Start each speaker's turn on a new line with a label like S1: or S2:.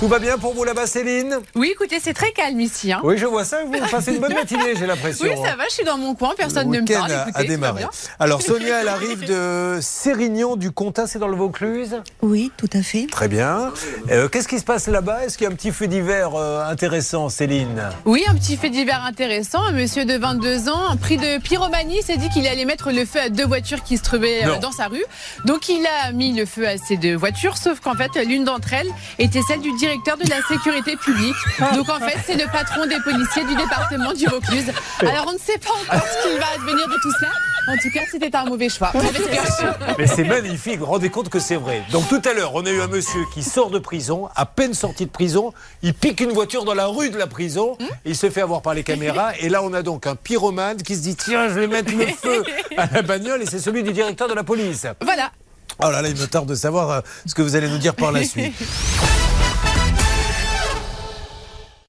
S1: Tout va bien pour vous là-bas, Céline
S2: Oui, écoutez, c'est très calme ici. hein.
S1: Oui, je vois ça. Vous passez une bonne matinée, j'ai l'impression.
S2: Oui, ça va, je suis dans mon coin, personne ne me
S1: hein. week-end
S2: parle.
S1: a-
S2: Écoutez,
S1: a
S2: tout va
S1: démarré.
S2: bien.
S1: Alors Sonia, elle arrive de Sérignon du Comtat, c'est dans le Vaucluse.
S3: Oui, tout à fait.
S1: Très bien. Euh, Qu'est-ce qui se passe là-bas Est-ce qu'il y a un petit fait divers euh, intéressant, Céline
S2: Oui, un petit fait divers intéressant. Un monsieur de 22 ans, pris de pyromanie, s'est dit qu'il allait mettre le feu à deux voitures qui se trouvaient euh,
S1: Non.
S2: dans sa rue. Donc il a mis le feu à ces deux voitures, sauf qu'en fait, l'une d'entre elles était celle du directeur de la sécurité publique. Donc en fait, c'est le patron des policiers du département du Vaucluse. Alors on ne sait pas encore ce qu'il va advenir de tout cela. En tout cas, c'était un mauvais choix. Mauvaise pioche.
S1: Mais c'est magnifique, vous vous rendez compte que c'est vrai. Donc tout à l'heure, on a eu un monsieur qui sort de prison, à peine sorti de prison, il pique une voiture dans la rue de la prison, il se fait avoir par les caméras, et là on a donc un pyromane qui se dit tiens, je vais mettre le feu à la bagnole, et c'est celui du directeur de la police.
S2: Voilà.
S1: Oh là là, il me tarde de savoir euh, ce que vous allez nous dire par la suite.